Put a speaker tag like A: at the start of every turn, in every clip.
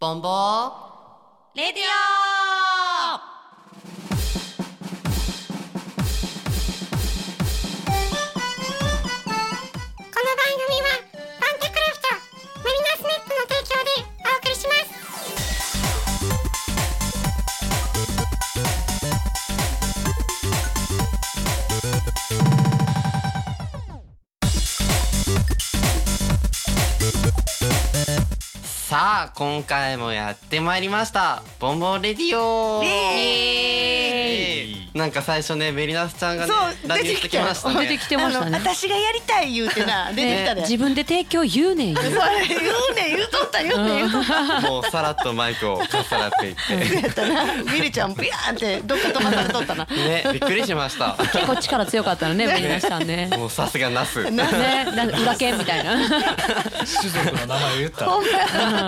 A: ボンボーレディオ
B: この番組はバンタクラフトマリナスネットの提供でお送りします
A: さあ今回もやってまいりましたボンボーレディオイエーイなんか最初ねメリナスちゃんがね
C: そう
A: 乱入してきました
D: 出て
A: ね
D: きてました
C: あの
D: ね。
C: 私がやりたい言うてな出てきたで、
D: 自分で提供言うねん言
C: そ
D: う。
C: う言うねん言うとった言うねん言うとっ
A: もうさらっとマイクをかっさらっていって
C: たやったなミルちゃんピヤーンってどっか飛ばされとったな
A: ねびっくりしました
D: 結構力強かったのね、みんなしたね。ね、
A: もうさすがナス
D: な裏剣みたいな。
E: 種族の名前言った。
C: ほんまや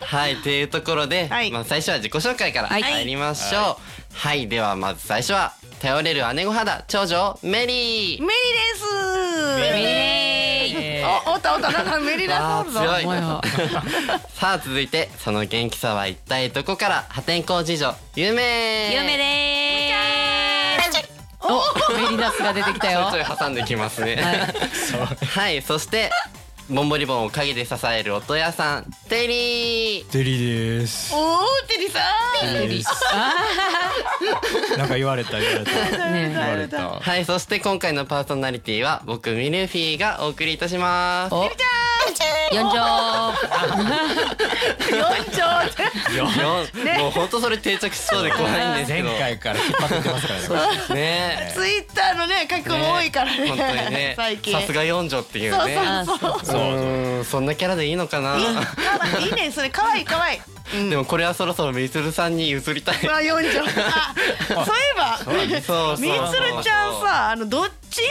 A: はいというところで、
C: はい
A: まあ最初は自己紹介から
D: はい
A: 入りましょうはい、ではまず最初は頼れる姉御肌長女メリー
C: メリですおおったおったなんかメリラ
A: あ
C: ソールぞ
A: 強い
D: もうよ
A: さあ続いてその元気さは一体どこから破天荒事情有名
D: です。お、メリナスが出てきた
A: ち
D: よ。
A: ょい
D: は
A: ちょ
D: い
A: い挟んできますね はいそしてボンボリボンを陰で支える音屋さんテリー
E: デリです。
C: おおテリさん
E: デリです。なんか言われた言われた。
D: ね
E: 言われた。
A: はいそして今回のパーソナリティは僕ミルフィーがお送りいたします
D: お、四条。
C: 四丁って
A: よもう本当それ定着しそうで怖いんですけ
E: 前
A: ど
E: 回から引っ張ってますからね。
A: ね
C: ツイッターのね書き込み多いからね
A: 本当にね
C: 最近
A: さすが四女っていうね
D: あ、そう
A: うーんそんなキャラでいいのかな
C: かわいいいねそれ可愛い可愛い うん
A: でもこれはそろそろみつるさんに譲りたい
C: まあ四丁あそういえば
A: そうそう
C: みつるちゃんさあのどっち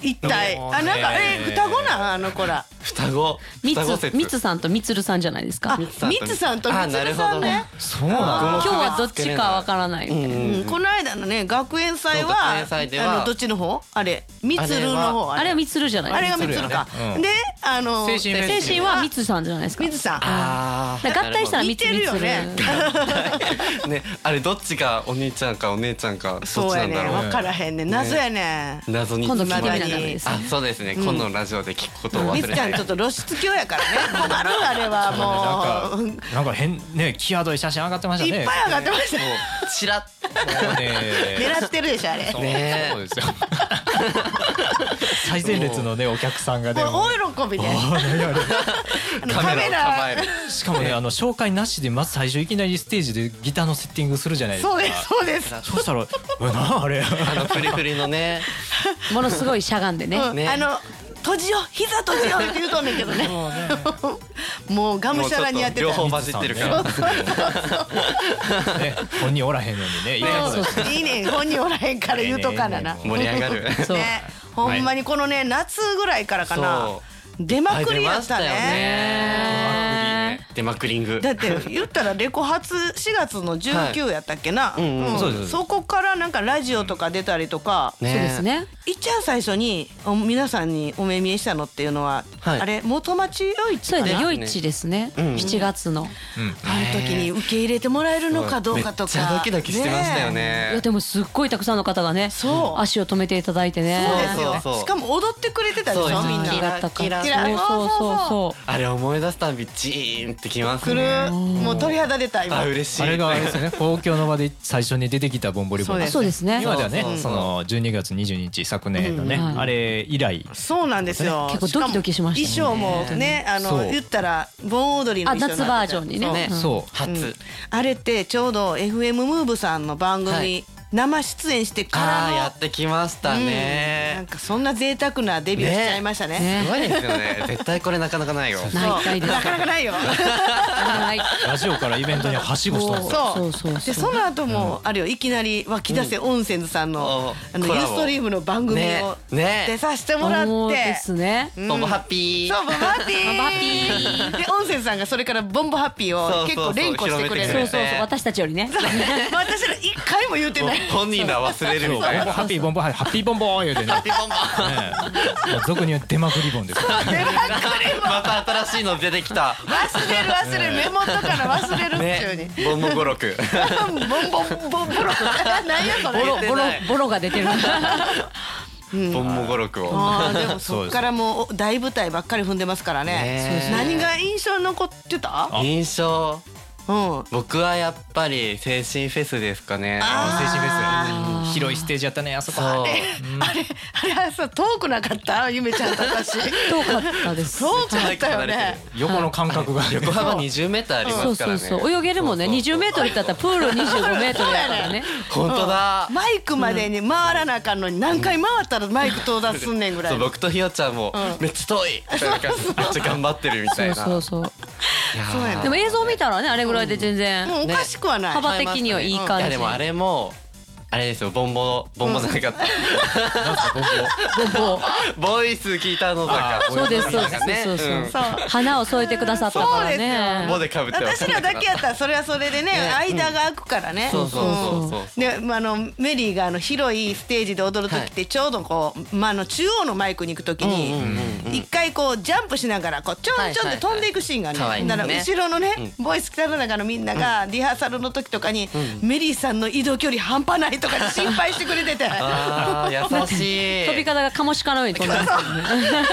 C: 一体
E: もうね
C: あなんかえ双子なんあの子ら
A: 双子
D: み
A: 双子
D: つ、
A: 説
D: みつさんとみつるさんじゃないですか。
C: あ
D: 今
C: みつさんとみつるさんね
E: そうな
D: 日はどっちかわからない。
A: うんうん
C: うんこの間のね学園祭
A: そう
C: は
A: 学園祭では
C: あのどっちの方あれみつるの方
D: あれはみつるじゃ
C: あ
D: ない
C: れ
D: で
C: が
D: すか。
C: みつるか
E: そうやねうん
C: であの
E: 精神面
D: 精神はみつさんじゃないですか。
C: みつさん
A: あ
D: だから合体したらみつ
C: 似てるよね
D: みつる
A: あ ねあれどっちがお兄ちゃんかお姉ちゃんかどっ
C: そ
A: ち
C: う
A: な
C: や
A: ん
C: ね
A: だろう
C: 分からへんね謎やね
A: 謎に
D: 今度聞いてみな
A: あ
D: きゃダメですね
A: そうですね今度のラジオで聞くことを
C: み
A: 忘
C: つ
A: れ
C: ちゃ
A: なんい
C: ちょっと露出狂やからね困るあれはもう
E: なんかなんか変ね際どい写真上がってました
C: い
E: ね。
C: っぱい上がってました
A: もうちらっ
E: ね。
C: 狙ってるでしょあれ
E: そう
A: ね
E: そうですよ。最前列のねお客さんがね。
C: もう大喜びであのカ
A: カメ
C: メ
A: ラを構
C: ラ
A: える
E: しかもねあの紹介なしでまず最初いきなりステージでギターのセッティングするじゃないですか。
C: そうですそうです
E: そしたら「えなあれ」
A: あのフリフリのね
D: ものすごいしゃがんでね。
C: うん
A: ね
C: あの閉じよう膝閉じようって言うとんねんけどね もうがむ
A: もう
C: し
A: ち
C: ゃ
A: ょ
C: ら
A: っ
C: にやっ
A: と
C: てた
A: 両方混じってるから
E: ね、本人おらへんのにねいやそう
C: うんいいねん本人おらへんから言うとかなな
E: ええね
A: 盛り上がる
D: そう
C: ねほんまにこのね夏ぐらいからかな
A: そ
C: 出まくり
A: 出
C: やった
A: ましたよ
C: ね
A: ねデマクリング
C: だって言ったらレコ発4月の19やったっけな
A: うんうん
C: うん
E: そうです
C: そこからなんかラジオとか出たりとか
A: ね
D: そうですね。
C: いっちゃん最初にお皆さんにお目見えしたのっていうのは、
A: はい
C: あれ元町よいち
D: そう
C: か
D: やね、
C: なあ
D: 夜市ですね。7月の。
C: の時に受け入れてもらえるのかどうかとか
A: めっちゃドキドキしてましたよ
D: いや
A: ね
D: でもすっごいたくさんの方がね
C: そう
D: 足を止めていただいてね
C: そうですよ
A: そうそうそう
C: しかも踊ってくれてたで
A: そ
C: し
A: う
C: ょみん
A: キ
D: あり
C: な
D: がたかった
C: キラキラ
D: そうそうそうそ
A: あれ思い出すたびジーンってきます
C: 来る
A: ね
C: もう鳥肌出た今
A: あ嬉しい
E: あれがあれですよね公共の場で最初に出てきたボンボリボ
C: そう
E: ン
D: う
C: です
D: そうですね
E: 今ではね
A: そうそう
E: その12月22日昨年のね、
D: うん
E: あれ以来
C: そうなんですよ
D: 結構ドキドキしましたね
C: しかも衣装もねあ
E: そ
C: の
E: う
C: 言ったら盆踊りの
D: あ
C: 衣装
D: 夏バージョンにね
A: ね
D: うん
E: そう
A: 初
C: あれってちょうど FM ムーブさんの番組、
A: はい
C: 生出演してか
A: あ
C: ら
A: ー
C: の
A: やってきました
C: うんなん
A: ね
C: かそんな贅沢なデビューしちゃいましたね
D: ね
A: すごいですよね絶対これなかなかないよ
C: そ
D: な
C: う
D: いないです
C: なかなかないよ
D: はい
E: ラジオからイベントにはしごしたの
C: そう
D: そうそうそ
C: で
D: う
C: その後もあるよいきなり湧き出せ温泉さんの,、
A: うん
C: あ
A: コ
C: のユ
A: ラボ
C: ーストリームの番組を
A: ねね
C: 出させてもらって、
D: そうですね
A: ボンボハッピー
C: そうボンボハッピー
D: ボンボハッ
C: で温泉さんがそれからボンボハッピー
A: そう
C: を結構連呼してくれる
A: そ
D: そうう
A: そ
D: そう
A: 広めてくれ
D: う
A: て
D: そう私たちよりね
C: 私ら一回も言うてない
A: 本人ら忘れるみ
E: ボ
A: たい
E: ン
A: な
E: ボハッピーボンボハッピーハッピーボンボー言うてねね
A: ボンボ
E: もう俗に言う出まくりボンですよ
C: 出まくりも
A: また新しいの出てきた
C: 忘れる忘れるメモとかの忘れるっちゅうに、
A: ね、ボンボ語録
C: ボンボンボンボロ何やそ
D: ボロ
C: れ
D: ボロボロが出てる。
A: ボンボ語録を
C: あーでもそっからもう大舞台ばっかり踏んでますからね
A: ねえ
C: 何が印象に残ってた
A: 印象
C: うん
A: 僕はやっぱり精神フェスですかね
C: あ
E: あー青春フェス広いステージやったねあそこ
A: そう
C: あれあれはさ遠くなかったゆめちゃんと 私
D: 遠かったです。
C: 遠くなったよね
E: 横の感覚が
A: 横幅20メーターありま
D: そう
A: すか
D: そ
A: ら
D: う
A: ね
D: そう。泳げるもんね。
A: そうそう
D: 20メートルだったらプール25メートルだからね。
A: 本当だ
C: マイクまでに回らなあかんのに何回回ったらマイク到達すんねんぐら
A: そ
C: いうの
A: 僕とひよちゃんも
C: うん
A: めっちゃ遠いみたいな感じでめっちゃ頑張ってるみた
D: そ
A: いうな
D: そうそう。
A: いやー
C: そうやね
D: でも映像見たらねあれぐらいで全然
C: もうおかしくはない
D: 幅的にはいい感
A: いや
D: じ。
A: でもあれもあれですよボンボボンボじゃなかった、
D: ボンボ
A: ボイスギターの坂
E: あー
D: そうですそうです
A: ね
D: そうそうそう
C: そう
D: 花を添えてくださったから
A: うんボ
D: ね。
A: でかぶってまし
C: 私
A: た
C: らだけやったらそれはそれでね間が空くからね
A: そうそうそうそう
C: でまああのメリーがあの広いステージで踊る時ってちょうどこう、まあ、あの中央のマイクに行く時に一回こうジャンプしながらこうちょんちょんって飛んでいくシーンがあるの
A: はいはいはい
C: だ
A: 可愛いね
C: から後ろのね、ボイス北の中のみんながリハーサルの時とかに、メリーさんの移動距離半端ないとかって心配してくれて て
A: あー優しい
D: 飛び方がカモシカのように飛んでますよね。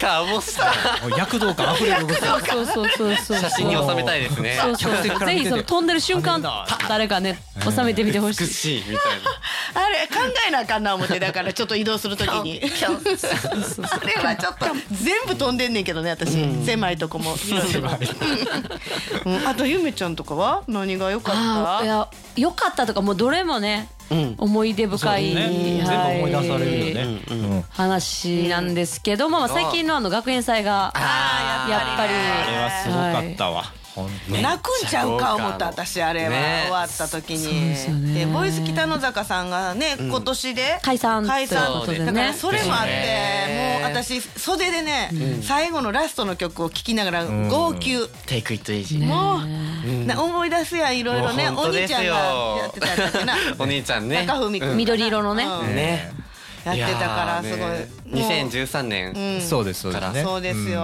A: かもした
E: もう躍動感あふれる動きだ
D: そうそうそうそう。
A: 写真に収めたいですね
D: そうそう
E: 客席から
D: ぜ
E: 見て
D: ひ
E: て
D: その飛んでる瞬間
E: あ
D: 誰かね収めてみてほし
A: 美
D: い。
A: しいみたいな
C: あれ考えなあかんな思ってだからちょっと移動する時に あれはちょっと全部飛んでんねんけどね私、狭いとこも広いとこもうんあとゆめちゃんとかは何が良かった
D: あーいや良かったとかもうどれもね、思い出深い、
E: ね全部
D: はい
E: 思い出されるよねうん
D: 話なんですけども、まあ最近のあの学園祭が
A: あー
D: やっぱり
E: あれはすごかったわ本当に
C: 泣くんちゃうか思った私あれは
A: ね
C: 終わった時
D: ですよ
C: に
D: ね
C: でボイス北野坂さんがね今年で
D: 解散
C: 解散
D: ということでね
C: だからそれもあって
A: ね
C: もう私袖でね最後のラストの曲を聴きながら号泣
A: クイットイージー
C: もうな思い出すやんいろいろね
A: もう本
C: お
A: 当で
C: 兄
A: す
C: ちゃんが
A: よ
C: やってたやつな
A: お兄ちゃんね
C: 中文君
D: 緑色のね
C: うん
A: ね
C: やってたからすごい
A: やーね
C: もう
A: 2013年
E: そうですそうですね
C: そうですよ、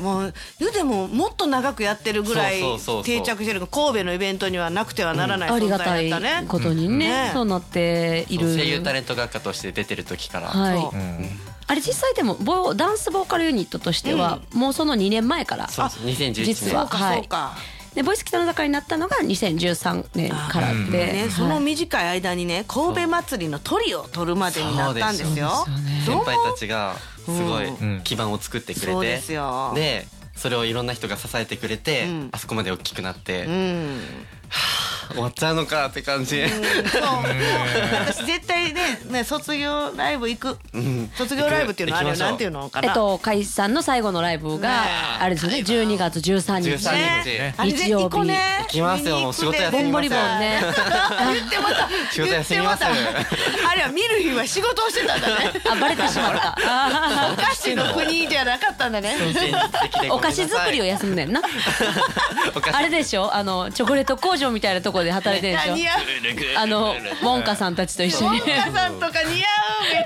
C: もう言うてももっと長くやってるぐらい
A: そうそうそうそう
C: 定着してる神戸のイベントにはなくてはならない
D: あり
C: 存
D: が
C: 在だった
D: たい
C: ね。
D: ことに
C: うん
D: ね
C: ね、
D: そうなってい
A: そ
D: る
A: う。声優タレント学科として出てる時から
D: はい
C: そう
E: う。ん
D: あれ実際でもボーダンスボーカルユニットとしては、もうその2年前から
A: そうです2011
D: 実
A: 年
C: そ
D: は
C: うか
D: は
C: そう
D: い
C: か、
D: でボイス北の坂になったのが2013年からで、
C: ね
D: はい
C: その短い間にね神戸祭りのトリを取るまでになったんですよ。
D: そうです
A: 先
C: どうも
A: 輩たちがすご
C: う
E: うん
A: い基盤を作ってくれて、
C: そうですよ
A: でそれをいろんな人が支えてくれて、
C: うん
A: あそこまで大きくなって、
C: うん、
A: 終わっちゃうのかって感じ、
C: そうもう私絶対ねね卒業ライブ行く、
A: ん
C: 卒業ライブっていうのはあれ
A: 行きましょう
C: なんていうのかな、
D: えっと解散の最後のライブ
C: ね
D: があれですよね12月13日
A: 13
D: ね
A: 日
C: ね
A: ね、
C: あれで行こうね
A: 行きますよもう仕事休
D: ボ
A: み
D: ンボリボン
A: す
D: ね
C: 言ってまた
A: 仕事休みます
C: 言ってたあれは見る日は仕事をしてたんだね
D: あバレてしまった
C: お 菓子の国じゃなかったんだね
A: 現実的でご
D: お
A: めんな
D: 菓
A: さい
D: 子作りを休んでんな
A: お菓子
D: あれでしょあのチョコレート工場みたいなとこで働いてるで
C: 似
D: しょ
C: 合う
D: あのモンカさんたちと一緒に
C: ウォンカさんとか似合うめっ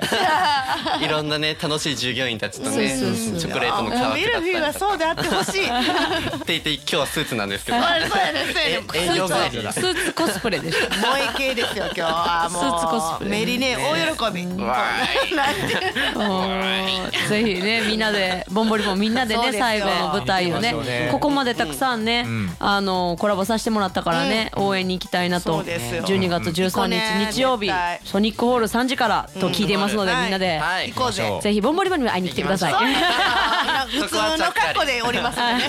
C: ちゃ
A: いろんなね楽しい従業員たちとね
D: そうそうそう
A: チョコレートの皮を
C: ミルフィー
A: だ
C: は
A: ったりとか
C: そうであってほしいあ
A: って言って今日はスーツなんですけど
C: れそうやねそうやね
A: え営業帰りだ
D: スーツコスプレでしょ
C: 萌え系ですよ今日はもう
D: スーツコスプレ
C: メリネ大喜び
A: わ
C: なんて
D: もうぜひねみんなでボンボリボンみんなで
C: そう
D: ね
C: ですよ
D: 最後の舞台をね
E: 行きましょうね
D: ここまでたくさんね、あのコラボさせてもらったからね、応援に行きたいな
C: そ
D: と、
C: うですよ
D: 12月13日、
C: ね
D: 日曜日
C: 絶対
D: ソニックホール3時からと聞いていますので、
C: うん
D: みんなで、
A: はい
C: 行こうぜ
E: 行きましょ
D: ぜひボンボリボンにも会いに来てください。
C: あ普通の格好でおりますのでね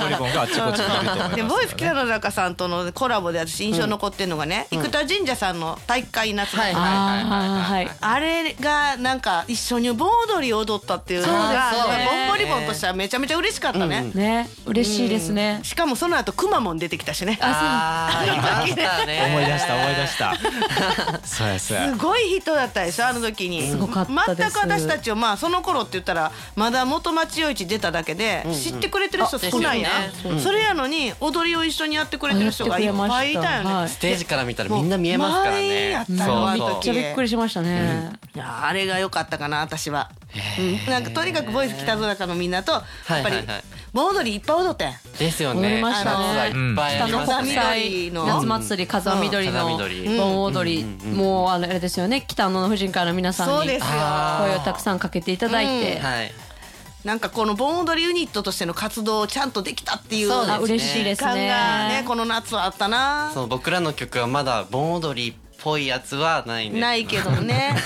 E: ボンボリボンがあっちこっちにいると思います
C: で
E: よ
C: ボイス北野坂さんとのコラボで私印象に残ってるのがね、生田神社さんの大会夏祭
A: は
C: り、
A: い
D: あーはい
C: あれがなんか一緒に盆踊りを踊ったっていうのが
D: そうですね
C: ボンボリボンとしてはめちゃめちゃ嬉しかったね、
D: ね嬉しいですね、
C: しかもその後くまモン出てきたしね
A: あーいましたね
E: 思い出した思い出した。そうやそう
C: す
E: や。
C: ごい人だったでしょあの時にす
D: ごかったで
C: 全
D: す
C: く私たちをまあその頃って言ったらまだ元町夜市出ただけで知ってくれてる人少ないや
A: あです
C: んそれやのに踊りを一緒にやってくれてる人がいっぱいいたよね、
D: はい
A: ステージから見たらみんな見えますから
C: 満員や
A: ね
C: ったの
D: めっ
A: そう
D: ちゃびっくりしましたね、
C: いやあれが良かったかな私はうん、なんかとにかくボイス北空かのみんなとやっぱ
A: いはい
C: り
A: はい
C: 盆踊りいっぱい踊ってん
A: ですよ
D: 踊
A: ね
D: りま
A: 夏
D: したね
A: はいっぱいあ
D: 北
A: り
D: の
A: ました
D: 国
C: 北
A: ね
D: 際
C: の
D: 夏祭り風は緑の
A: うん風は緑
D: 盆踊りもうあのあれですよね北野の婦人会の皆さ
C: そうんで
D: に
C: すよ
A: あ
D: 声をたくさんかけていただいて
A: はい
C: なんかこの盆踊りユニットとしての活動をちゃんとできたっていう
A: そうです
D: あ嬉しいです
C: 感がね
D: ね
C: この夏はあったな
A: そう僕らの曲はまだ盆踊りっぽいやつはないんです
C: ないけど ね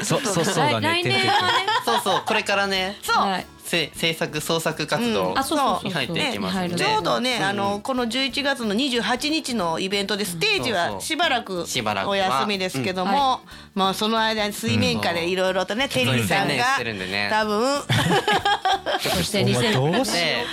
E: そそうそう
D: 来
E: だね
D: 来
E: てんてん
D: 年
E: てん
D: はね
A: そうそうこれからね
C: そう、
D: はい
A: せ制作創作活動、
C: うん
D: あそうそうそう
A: に入っ
D: そ
A: ていきますんで
D: ね
C: ちょうどね、
A: うん
C: あのこの11月の28日のイベントでステー
A: そう
C: ジ
A: そ
C: は
A: う
C: しばらく
A: しばらくは
C: お休みですけども、
D: うん
C: まあその間に水面下でいろいろとね、テリーさ
A: ちょっと
C: ん
A: ねしてるんで
C: が
A: ね
C: 多分
D: そして
E: お前どうし
A: で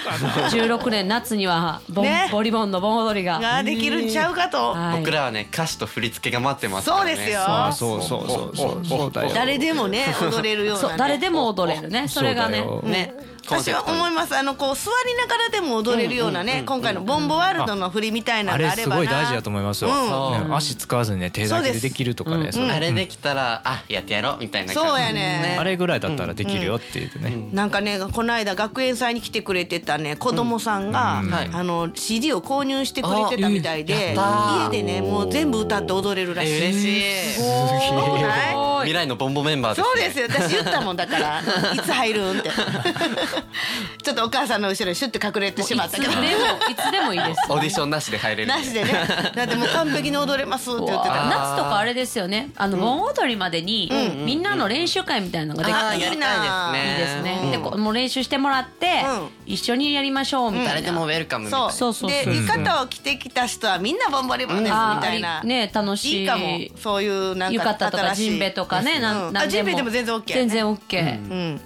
D: 2016年夏にはボン
C: ね
D: ボリボンの盆踊りが
C: ができるんちゃうかと。
D: はい
A: 僕らはね歌詞と振り付けが待ってますからね
C: そうですよ
E: あそうそうそうそうそうだよ
C: 誰でもね踊れるような、
D: そ
C: ね、
D: う誰でも踊れるねそれがね
E: そうだよ
A: ねコン
C: 私
A: セプ
C: は
A: トに
C: 思いますあのこう座りながらでも踊れるようなね、今回のボンボワールドの振りみたいな
E: あ
C: のが
E: れ
C: あれ
E: す
C: ばな
E: ごい大事だと思いますよ、
C: うん
E: ね足使わずにね手だけでできるとかねそれ
A: あれできたら、あやってやろうみたいな感じ
C: そうやね
E: あれぐらいだったらできるよっていうね、
C: なんかねこの間学園祭に来てくれてたね子供さんが、
A: んはい
C: あの CD を購入してくれてたみたいで
A: あ
C: 家でねもう全部歌って踊れるらしい
A: え嬉しい
C: すごくない
A: 未来のボンボメンバーです、ね、
C: そうですよ私言ったもんだから いつ入るんってちょっとお母さんの後ろにシュッて隠れてしま
D: い
C: っ
D: つ
C: た
D: で
C: け
D: も
C: ど
D: いつでもいいです
A: オーディションなしで入れる
C: なしでねだってもう完璧に踊れますって言ってた
A: う
C: か
A: わ
C: ら
D: 夏とかあれですよねあの盆踊りまでにみんなの練習会みたいなのができた
A: あ
D: ら
A: ー
D: いい
A: やりたいで
D: ですす
A: ね
D: ねでこうもう練習してもらって
C: うん
D: 一緒にやりましょうみた
A: 誰
D: い
A: で
D: な
A: もウェルカムみたい
C: そ
A: な
C: う
D: そうそう
C: で
D: そう
C: 浴衣を着てきた人はみんなボンボリボンですみ
D: あー
C: たいな
D: ありね楽しい
C: いいかもそういうなん
D: 浴
C: か
D: 衣とか
C: 新しい
D: ジンベとかね
C: う
D: なんん何
C: あジンベでも全然 OK
D: 全然 OK
C: うん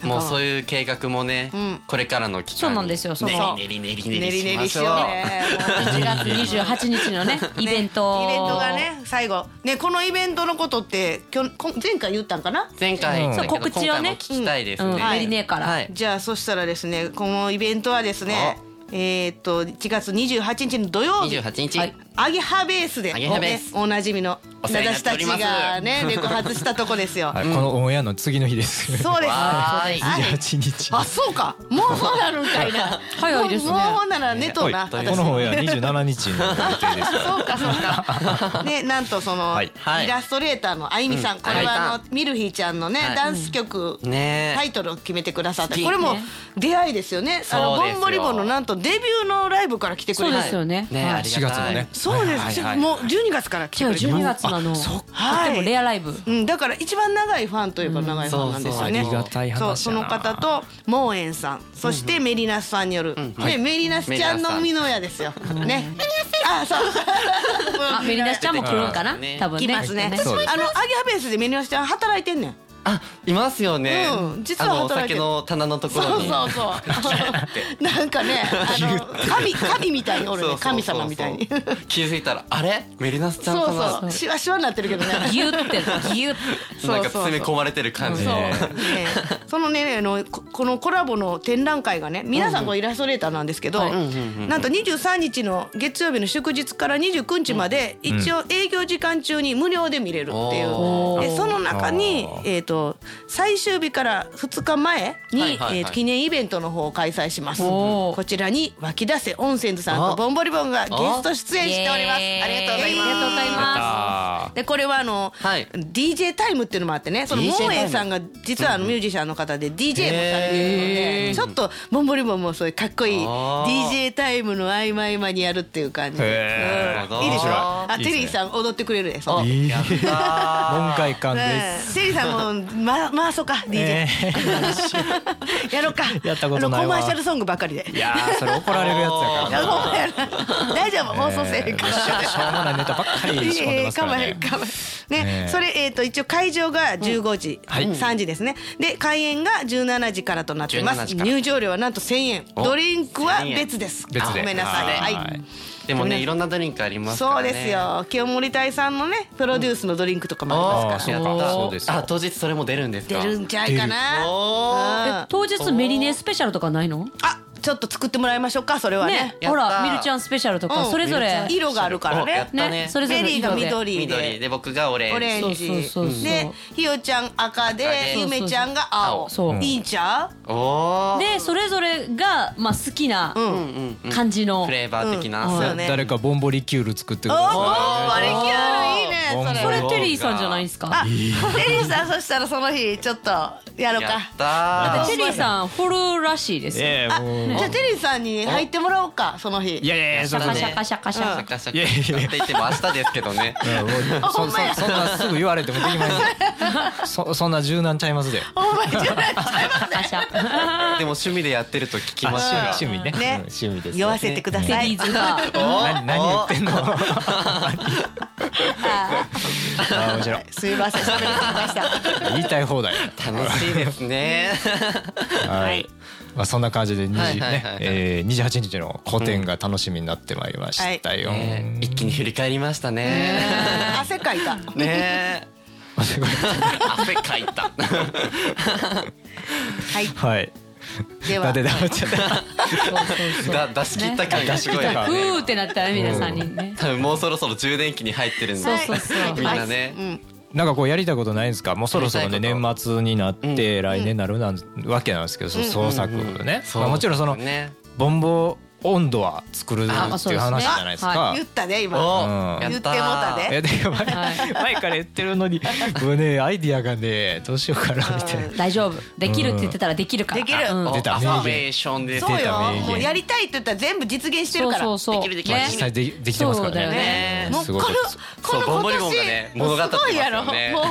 A: もうそういう計画もね、
C: ん
A: これからの期間
D: そうなんですよそう
A: ねりねりねりねり
C: 練り練り
A: し
C: し
A: まし
C: よう
A: ょう
C: ねもう
D: 1月28日の ねイベント
C: ねイベントがね最後ねこのイベントのことってきょこ前回言ったんかな
A: 前回言ったけど
D: そう告知を
A: 今回
D: ね
A: も聞きたいです
D: うん
A: ね、
D: うん
A: はい
D: メリネから
A: はい
C: じゃあそしたらですねこのイベントはですねえーっと1月28日の土曜日
A: 28日、
D: はい
C: アゲハベースで
A: アゲハベース
C: ねおなじみの
A: お世話にな
C: 私
A: ってお
C: た
A: り
C: ち
A: ます
C: がね猫外したとこです よ
E: はい、このオンエアの次の日です
C: そうです
A: わーい
C: あれ
E: 28日
C: あそうかもうそうなるんかい な
D: 早いですね
C: もうもうほんなら寝とうな
A: はい
E: こ
C: 私
E: のオンエア27日の予定ですから
C: そうかそ うかねなんとその、
E: はい
A: はい
C: イラストレーターのあゆみさん、
A: うん
C: これはあ
A: あゆみ
C: のミルヒーちゃんのね、
A: はい
C: ダンス曲、
A: ねえ
C: タイトルを決めてくださって
A: ね
C: これも出会いですよねあ
A: そ
C: の
A: う
C: ボ
A: ですよ
C: ンボリボンのなんとデビューのライブから来てく
D: そ
C: れ
D: うで
C: た
D: すよね
A: ねありがたい
E: 4月のね
C: そうです、もう12月から来て
D: 今
C: くれ
D: 日
C: て
D: 12月なのと
E: そっ
D: ってもレアライブ
C: うん、だから一番長いファンといえば長いファンなんですよね。
A: うんそうそうあり
E: がたい話や
C: そ
E: な
C: うその方とモーエンさん、そしてメリナスさんによる、ねメリナスちゃんの美濃屋ですよ。ね。あ、そう。
D: あメリナスちゃんも来るんかな
A: ね
D: 多分ね
C: 来ますね。あ
E: そ
C: の
E: う
C: ア
E: で
C: ゲ
E: す
C: ハベースでメリナスちゃん働いてんねん。
A: あいますよね、
C: うん実は
A: あのお
C: 働いて
A: 酒
C: る
A: の棚のとこ
C: そう
A: ろに
C: そうそう。 なんかね、あの神神みたいにおるね、神様みたい に。
A: 気づいたらあれメリナスちゃん
C: そ
A: か
C: う
A: な
C: そう、シワシワになってるけどね。
D: ギュってギュって
A: なんか
C: そうそうそう
A: 詰め込まれてる感じ
C: そう、
E: ね
C: ね、そのねあのここのコラボの展覧会がね皆さんこうイラストレーターなんですけど、なんと23日の月曜日の祝日から29日まで、一応営業時間中に無料で見れるっていう、
A: お
C: でその中に
E: あ、ー
C: えー、と最終日から2日前に、
A: はいはいはい
C: えー記念イベントの方を開催します
D: おー
C: こちらに湧き出せ温泉図さんとボンボリボンがゲスト出演しております
D: イエーイ
C: ありがとうございます
D: ありがとうございます
E: あ
C: でこれはあの、
A: はい
C: DJ タイムっていうのもあってねその
A: DJ
C: モ
A: タイム
C: ーエンさんが実はあのミュージシャンの方で DJ もされてるので、ちょっとボンボリボンもそういうかっこいい
A: あー
C: DJ タイムの合間合間にやるっていう感じ
E: へ
C: で、
A: ー
C: うんいいで
A: 面
C: しょ
A: 白い
C: あ
E: い
C: テ
E: いですね
C: リーさん踊ってくれるでそ
E: ー
C: の
E: い い
A: あ
E: 門外
C: う
E: 観
C: ん
E: です、
C: テリーさんもま 回そうか DJ
E: えー
C: やろうか
E: やったことないわ
C: あのコマーシャルソングばっかりで
E: いやー それ怒られるやつやから
C: い
E: な
C: やほんまやな 大丈夫放送せえへんから
E: しょしょうもないネタばっかり仕込んで
C: ええ
E: ますか
C: からま
E: ね
C: へんかまへん
E: え
C: ね
E: え
C: それえっ、と一応会場が15時、
E: はい
C: 3時ですねで開演が17時からとなってま
A: 17時
C: す
A: から
C: 入場料はなんと1000円
A: お
C: ドリンクは
A: 1000円
C: 別です
E: 別で
C: ごめんなさい
A: は
C: はいい、
A: ーでもねいろんなドリンクありますか
C: そ
A: ら
C: う
A: ね
C: ですよ清盛隊さんのねプロデュースのドリンクとかもあり
E: あ
C: ま
E: あ
C: す
E: そ
C: か
E: う
C: ら、
E: かそうです
A: あ
E: よ
A: 当日それも出るんですか
C: 出るんちゃいかな
A: おー
C: うん
D: 当日メリネスペシャルとかないの
C: あちょっと作ってもらいましょうかそれはね
D: ね
A: やった
D: ほらミルちゃんスペシャルとか
C: うん
D: それぞれ
A: ミルち
C: 色があるから
A: おやっ
C: ね
A: たね
D: ねそれぞれ
C: ベ
D: の
C: リーが
D: 色で
C: 緑
A: 緑
C: で
A: で僕がオレン
C: オ
A: ジ
C: レンジ
D: そうそうそうそう
C: でひよちゃん赤で
A: 赤で
C: ゆめちゃんが青
D: そうそう
C: いいんちゃ
A: おおー
D: でそれぞれがまあ好きな
C: ううん
A: うんうんうん
D: 感じの
A: フレーバー的な、
D: うん
A: そう
C: そうね
E: 誰かボンボリキュール作って
C: お
E: く
C: ー
E: だ
C: お
E: さ
C: ーバレキュールいいね
E: ボンボ
C: そ
D: こ
C: れ
D: れテリーさんじゃないです
C: あ
D: か
C: テリーさんそしたらその日ちょっとやろう
A: や
C: か
A: った
D: だ
A: ー
D: ってテリーさん掘るらしいです
E: い。
D: よ
E: ええ
C: あ
E: もう
C: じゃあテリーさんに入ってもらおうかその日
E: いやいやいやちょっと
D: カ
A: だ
D: シ
A: ね
D: ャカシャカシ
A: シャ
D: ャ
A: カシャ
E: いやいやいや
A: カって言っても明日ですけどね
E: うんもうそそそんなすぐ言われてもできませんそそんな柔軟ちゃいますで
C: お前じゃない
D: カシャ。
A: でも趣味でやってると聞きましたが
E: 趣味趣味ね
C: ね
E: うん趣味です
C: 酔わせてくだ
D: テ
C: さい
D: リーズが
E: 何何言ってんの あ面白い
C: すいません喋りすぎました
E: 言いたい放題
A: 楽しいですね
E: はい。まあそんな感じで二
A: はい
E: 十
A: はいはいは
E: ね
A: い、
E: えー二十八日の個展が楽しみになってまいりましたよ。
A: ね一気に振り返りましたね
C: 汗かいた
A: ね 汗かいた
C: はい
E: はい。
C: では
E: だって黙っちゃった。
A: だ出し切った感がすごいから
D: ふ
A: ね
D: ーってなったら皆さんにね。
A: 多分もうそろそろ充電器に入ってるんで
D: そうそうそう
A: みんなね
C: うん
E: なんかこうやりたいことないんですか。もうそろそろね
A: やりたいこ
E: 年末になって来年なるなんわけなんですけど、そう創作ね。まあもちろんその
A: ね
E: ボンボ温度は作るっていう
D: あまあそうですね
E: 話じゃないです
D: は
E: か
C: 言。ったね
A: お
C: 今
E: うん
A: や
C: 言ってもう
A: ったー
C: たで
E: えで前前から言ってるのにもうねアイディアがねどうしようかなみたいな。
D: 大丈夫。できるって言ってたらできるから。
C: できる
D: うん
A: お
E: 出た
A: アファメーションです
C: そう
E: 出
C: よ
E: た名言
C: もうやりたいって言ったら全部実現してるから
D: そうそうそう
A: できるでき
E: ま
A: る
E: あ
D: ね
E: 実際でできてますか
D: そうだ
E: ら
D: よ
E: ね。
D: ね。
C: もうこの
E: すごい
C: この
A: そうボンボリ
C: 今
A: ボンがね
C: 年もうすごいやろ
A: 物語ってますよね
C: もう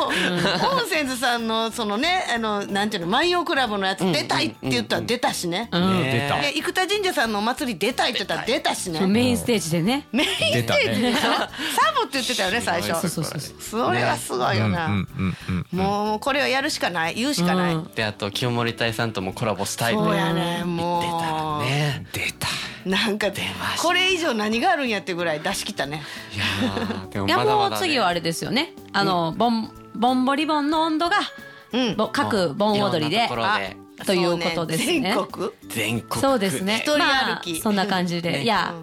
C: オンセンズさんのそのねあのなんていうの万葉クラブのやつ出たいって言ったら出たしね
D: う
E: うん
D: ん
E: 出た。
C: で生田神社さんのお祭り出たいって言ったら出たしね
D: そう
C: メ
D: メインステージでね。
C: インステージでしょサボって言ってたよね最
D: そう
C: 初
D: そうそうそう。
C: それはすごいよ
E: うんう
C: なん
E: うんうん。
C: もうこれはやるしかない言うしかない
D: うん
A: であと清盛隊さんともコラボしたい
C: そう
A: ね
C: やねも
A: ね出た
C: うなんかこれ以上何があるんやってぐらい出し切ったね
A: いやーでも
D: いや
A: まだ
D: も
A: ま
D: う
A: だね
D: 次はあれですよね。あのボンボンボリボンの温度が
C: うん
D: ぼ各盆踊り
A: いろ
D: で
A: んなところ
C: あ
D: ということですね
C: そう全国
A: 全国
D: そうですね。
C: 一人歩き
D: まあそんな感じで、
A: ね
D: いや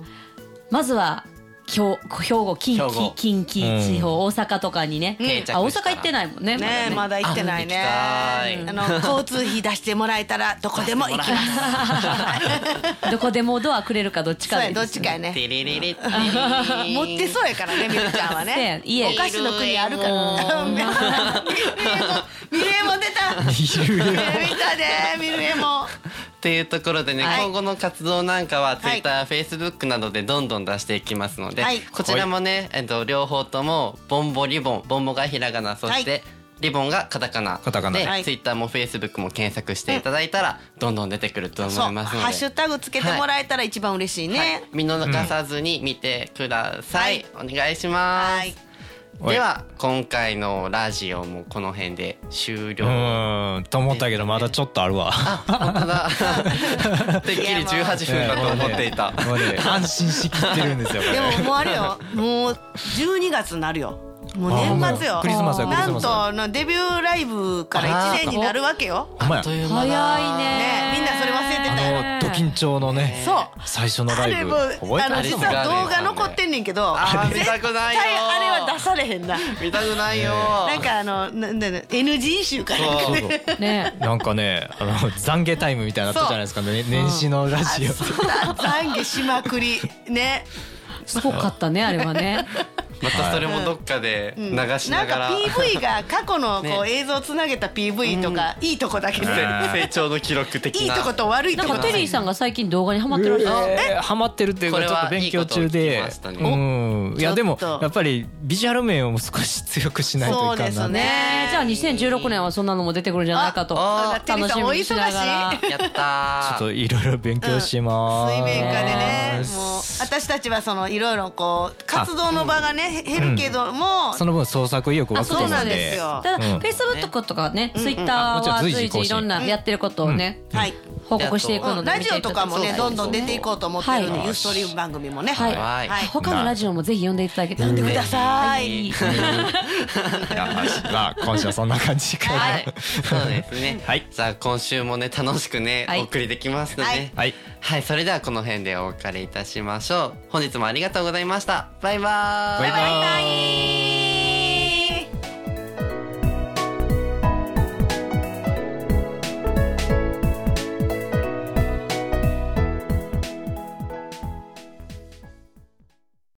D: まずは兵兵庫近
A: 兵庫
D: 畿近畿地方、大阪とかにね
A: 定着。したら
D: あ大阪行ってないもんね。まだ
C: ね
D: ね
C: まだ行ってないね。
A: あ行き
C: あの交通費出してもらえたらどこでも行きます。
D: どこでもドアくれるかどっち
C: そ
D: か
C: う
D: でい
C: や
D: い
C: ど
D: で
C: っ
D: す
C: ち
D: よ
C: か
D: ね。
C: やね。
A: テレレレテレ
C: 持ってそうやからねみるちゃんはね。
D: せや家
C: お菓子の国あるか
D: も
C: ら。
D: う
C: ミルエモ出た。
E: 言うよ
C: 見たねミルエモ。
A: っていうところでね、
C: はい
A: 今後の活動なんかはツイ
C: はい
A: ッター、フェイスブックなどでどんどん出していきますので、
C: はい
A: こちらもね、えっと両方ともボンボリボン、ボンボがひらがな、そして、
C: はい
A: リボンがカタカナ
E: カタカナ
A: で、
C: はい
A: ツイッターもフェイスブックも検索していただいたら、どんどん出てくると思
C: そう
A: いますので、
C: ハッシュタグつけてもらえたら一番嬉しい
A: はい
C: ね。
A: 見逃さずに見てください、お願いします、
C: はい。
A: では今回のラジオもこの辺で終
E: う
A: 了
E: ーんと思ったけどまだちょっとあるわ。
A: た だ てっきり18分だと 思っていた
E: もうね安心しきってるんですよ。これ
C: でももうあれよもう12月になるよもう年末
E: あも
C: よ
E: うクリスマスやクリス
C: な
E: マ
C: ん
E: スや
C: とあのデビューライブから1年になるわけよ
E: お前
A: あっという間だ
D: 早いね。
C: ねみんなそれ忘れてたよ
E: あのド緊張のね
C: そう
E: 最初の
C: あ
E: ライ
C: れ
E: ブ
C: も
E: 覚
C: あ
E: え
C: の
E: て
C: 実
E: る
A: あれ
C: は
A: も
C: 動画残ってんねんけど
A: あー
C: 絶対
A: 見たくないよ
C: あれは出されへんな
A: 見たくないよ、
C: なんかあのななな NG 集かなんか
A: そう
E: そうそう
D: ね。
E: なんかねあの懺悔タイムみたいになったじゃないですかね年始のラジオ。
C: 懺悔しまくりね
D: すごかっ たねあれはね。
A: またそれもどっかで流し
C: な
A: なんがら、
C: か PV が過去のこう映像つなげた PV とかいいとこだけで
A: せ成長の記録的ない
C: いとこと悪い
D: な
C: と
D: ん
C: こ
D: か
C: だ
D: テ
C: け
D: リーさんが最近動画にハマってらっしゃる。
E: えーハマってるっていう
A: こ
E: かち
A: れ
E: ょ
A: は
E: っと勉強中で
A: いいことを聞きました
E: うんいやでも
C: ちょっと
E: やっぱりビジュアル面をもう少し強くしないといかん
C: そ
E: な
C: うですね
D: ねじゃあ2016年はそんなのも出てくるんじゃないかと
A: ああ
D: 楽しみにしながら
C: テ。
A: やった
E: ちょっ
A: ー
E: といろいろ勉強します。
C: 水面下でねもう私たちはそのいろいろこう活動の場がね減るけども、
E: その分創作意欲
D: あ
E: 湧くと
D: そう
E: 思うん
D: なん
E: で
D: ですよ。
C: そう
D: ただ、
E: うん
D: フェイスブックとかね、ツイッ
E: あ
D: タ
E: も
D: ー
E: ちろん
D: は
E: 随時
D: 随
E: 更
D: 時
E: 新
D: いろんなやってることをね、
C: はい
D: 報告していくので
C: ラジオとかもねどんどん出
D: て
C: ていこうと思ってるんで、
D: はい
C: ユーストリーム番組もね、
D: はい、
A: はい
D: 他のラジオもぜひ読んでいただけたら
C: 読んでください、
A: い
E: いやまあ今週はそんな感じかな。
A: はい、そうですね。
E: はい
A: さあ今週もね楽しくね、
D: はい
A: お送りできますので、
C: は
A: はいい、
E: はい
A: それではこの辺でお別れいたしましょう。本日もありがとうございました。バイバーイ。
E: バイバイ。